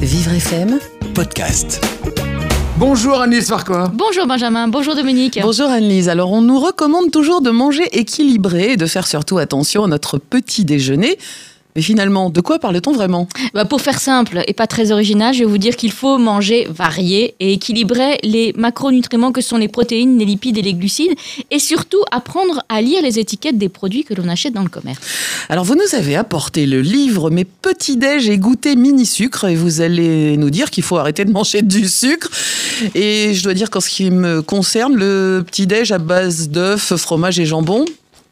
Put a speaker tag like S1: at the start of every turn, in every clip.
S1: Vivre FM.
S2: podcast.
S3: Bonjour Agnès Farquhar.
S4: Bonjour Benjamin, bonjour Dominique.
S1: Bonjour Anne-Lise. Alors, on nous recommande toujours de manger équilibré et de faire surtout attention à notre petit déjeuner. Mais finalement, de quoi parle-t-on vraiment
S4: Bah, pour faire simple et pas très original, je vais vous dire qu'il faut manger varié et équilibrer les macronutriments que sont les protéines, les lipides et les glucides et surtout apprendre à lire les étiquettes des produits que l'on achète dans le commerce.
S1: Alors, vous nous avez apporté le livre Mes petits déj et goûter mini sucre et vous allez nous dire qu'il faut arrêter de manger du sucre. Et je dois dire qu'en ce qui me concerne, le petit déj à base d'œufs, fromage et jambon,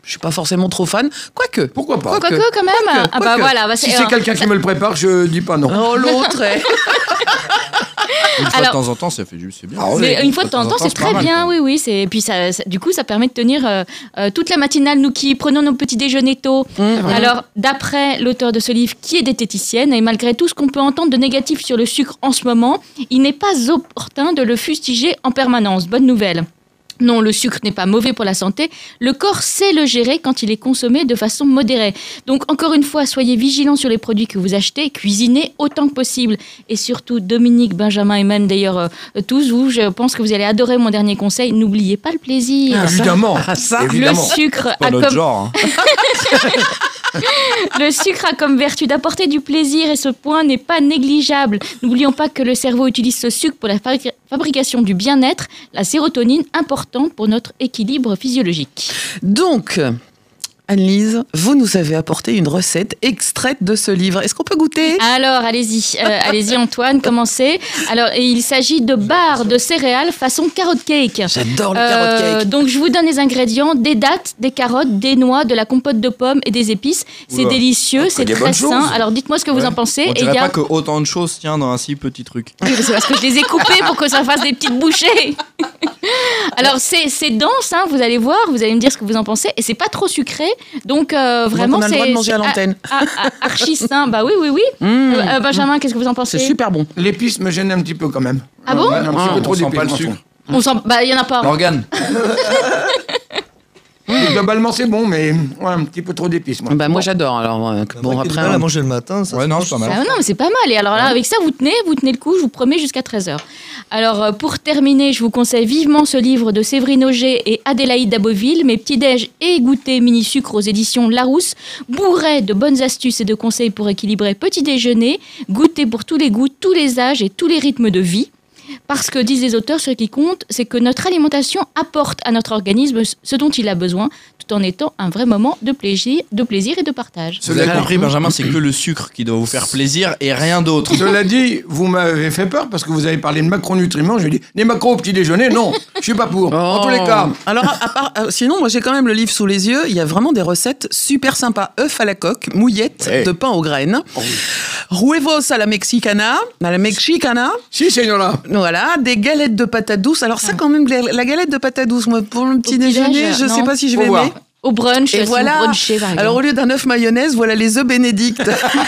S1: je suis pas forcément trop fan. Quoique.
S3: Pourquoi pas
S4: Quoique, quand même
S1: quoique,
S4: Ah bah
S1: quoique.
S4: voilà, bah,
S3: Si c'est quelqu'un qui me le prépare, je dis pas non.
S1: Oh, l'autre est-
S5: Une fois
S4: Alors-
S5: de temps en temps, ça fait juste, c'est bien.
S3: Ah
S4: Mais une fois de temps en temps, c'est très
S5: pas mal,
S4: bien,
S5: quoi.
S4: oui, oui. c'est- Et puis, ça, ça- du coup, ça permet de tenir euh, euh, toute la matinale, nous qui prenons nos petits déjeuners tôt.
S1: Hmm.
S4: Alors, d'après l'auteur de ce livre, qui est diététicienne, et malgré tout ce qu'on peut entendre de négatif sur le sucre en ce moment, il n'est pas opportun de le fustiger en permanence. Bonne nouvelle. Non, le sucre n'est pas mauvais pour la santé. Le corps sait le gérer quand il est consommé de façon modérée. Donc, encore une fois, soyez vigilants sur les produits que vous achetez, cuisinez autant que possible. Et surtout, Dominique, Benjamin et même d'ailleurs euh, tous, vous, je pense que vous allez adorer mon dernier conseil. N'oubliez pas le plaisir.
S3: Évidemment.
S1: Ah, ça.
S4: le
S3: Évidemment.
S4: sucre,
S5: Pas
S4: a
S5: notre
S4: comme,
S5: genre. hein.
S4: le sucre a comme vertu d'apporter du plaisir et ce point n'est pas négligeable. N'oublions pas que le cerveau utilise ce sucre pour la fabri- fabrication du bien-être, la sérotonine importante pour notre équilibre physiologique.
S1: Donc, Anne-Lise, vous nous avez apporté une recette extraite de ce livre. Est-ce qu'on peut goûter
S4: Alors, allez-y, euh, allez-y Antoine, commencez. Alors, et il s'agit de barres de céréales façon carotte cake.
S1: J'adore le
S4: Euh,
S1: carrot cake.
S4: donc je vous donne les ingrédients des dattes, des carottes, des noix, de la compote de pommes et des épices. C'est
S3: Oula.
S4: délicieux,
S5: Ah,
S4: c'est
S3: des
S4: très
S3: bonnes
S4: sain.
S3: choses.
S4: Alors dites-moi ce que vous
S5: Ouais.
S4: en pensez. Eh
S5: On
S4: Et
S5: dirait
S4: il y a-
S5: pas que autant de choses tient dans un si petit truc.
S4: Oui, mais c'est parce que je les ai coupés pour que ça fasse des petites bouchées. Alors c'est c'est dense, hein, vous allez voir, vous allez me dire ce que vous en pensez, et c'est pas trop sucré, donc euh, vraiment
S1: on a le
S4: c'est-
S1: droit de manger
S4: c'est
S1: à l'antenne.
S4: a- a- a- Archi sain, bah oui oui oui.
S1: Mmh,
S4: Euh, euh, Benjamin, qu'est-ce que vous en pensez
S1: c'est super bon.
S3: L'épice me gêne un petit peu quand même.
S4: Ah bon
S3: Un petit
S1: Ah,
S3: peu
S5: on
S3: trop
S5: sent
S3: d'épices.
S5: pas le
S3: moi, je
S5: sucre.
S3: trouve.
S4: On s'en, bah il y en a pas.
S5: L'organe. Hmm.
S3: Mais Globalement, c'est bon, mais ouais, un petit peu trop d'épices. Moi.
S1: Bah, moi j'adore. Alors euh, bon après.
S6: à
S1: hein.
S6: manger le matin, ça.
S5: Ouais, non, c'est pas
S4: Ah
S5: mal.
S4: non, mais c'est pas mal. Et alors là, avec ça, vous tenez, vous tenez le coup, je vous promets, jusqu'à 13h. Alors, euh, pour terminer, je vous conseille vivement ce livre de Séverine Auger et Adélaïde Daboville, Mes petits-déj et goûter mini-sucre aux éditions Larousse, bourré de bonnes astuces et de conseils pour équilibrer petit-déjeuner, goûter pour tous les goûts, tous les âges et tous les rythmes de vie. Parce que, disent les auteurs, ce qui compte, c'est que notre alimentation apporte à notre organisme ce dont il a besoin, tout en étant un vrai moment de plaisir, de plaisir et de partage.
S5: Vous avez
S1: Voilà.
S5: compris, Benjamin, c'est que le sucre qui doit vous faire plaisir et rien d'autre.
S3: Cela dit, vous m'avez fait peur parce que vous avez parlé de macronutriments. Je dis, les macros au petit déjeuner, non, je suis pas pour. En tous les cas,
S1: Oh. Alors, à- à part- euh, sinon, moi j'ai quand même le livre sous les yeux. Il y a vraiment des recettes super sympas. œufs à la coque, mouillettes
S3: Ouais. Oh
S1: de pain aux graines, huevos à la mexicana, à la mexicana.
S3: si, Señora.
S1: Voilà, des galettes de patates douces. Alors ça, quand même, la la galette de patates douces, moi, pour le petit
S4: petit-déj,
S1: déjeuner, je
S4: non.
S1: sais pas si je
S3: Faut
S1: vais
S3: voir.
S1: aimer.
S4: Au brunch,
S1: Et
S4: si vous
S1: voilà.
S4: brunchez, par exemple.
S1: Alors au lieu d'un œuf mayonnaise, voilà les œufs bénédicts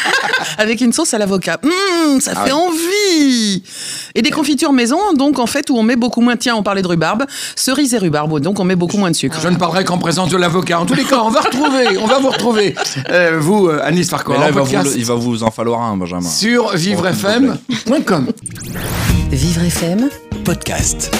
S1: avec une sauce à l'avocat. Mmh, ça fait envie. Et des confitures maison, donc en fait où on met beaucoup moins. Tiens, on parlait de rhubarbe, cerise et rhubarbe, donc on met beaucoup moins de sucre.
S3: Je ne parlerai qu'en présence de l'avocat. En tous les cas, on va retrouver, on va vous retrouver, euh, vous, euh, Anis
S5: Mais
S3: Farquhar,
S5: là,
S3: en
S5: il va,
S3: podcast
S5: vous, il va vous en falloir un, Benjamin.
S3: sur vivrefm.com.
S4: Ah.
S1: Vivre FM.
S2: Podcast.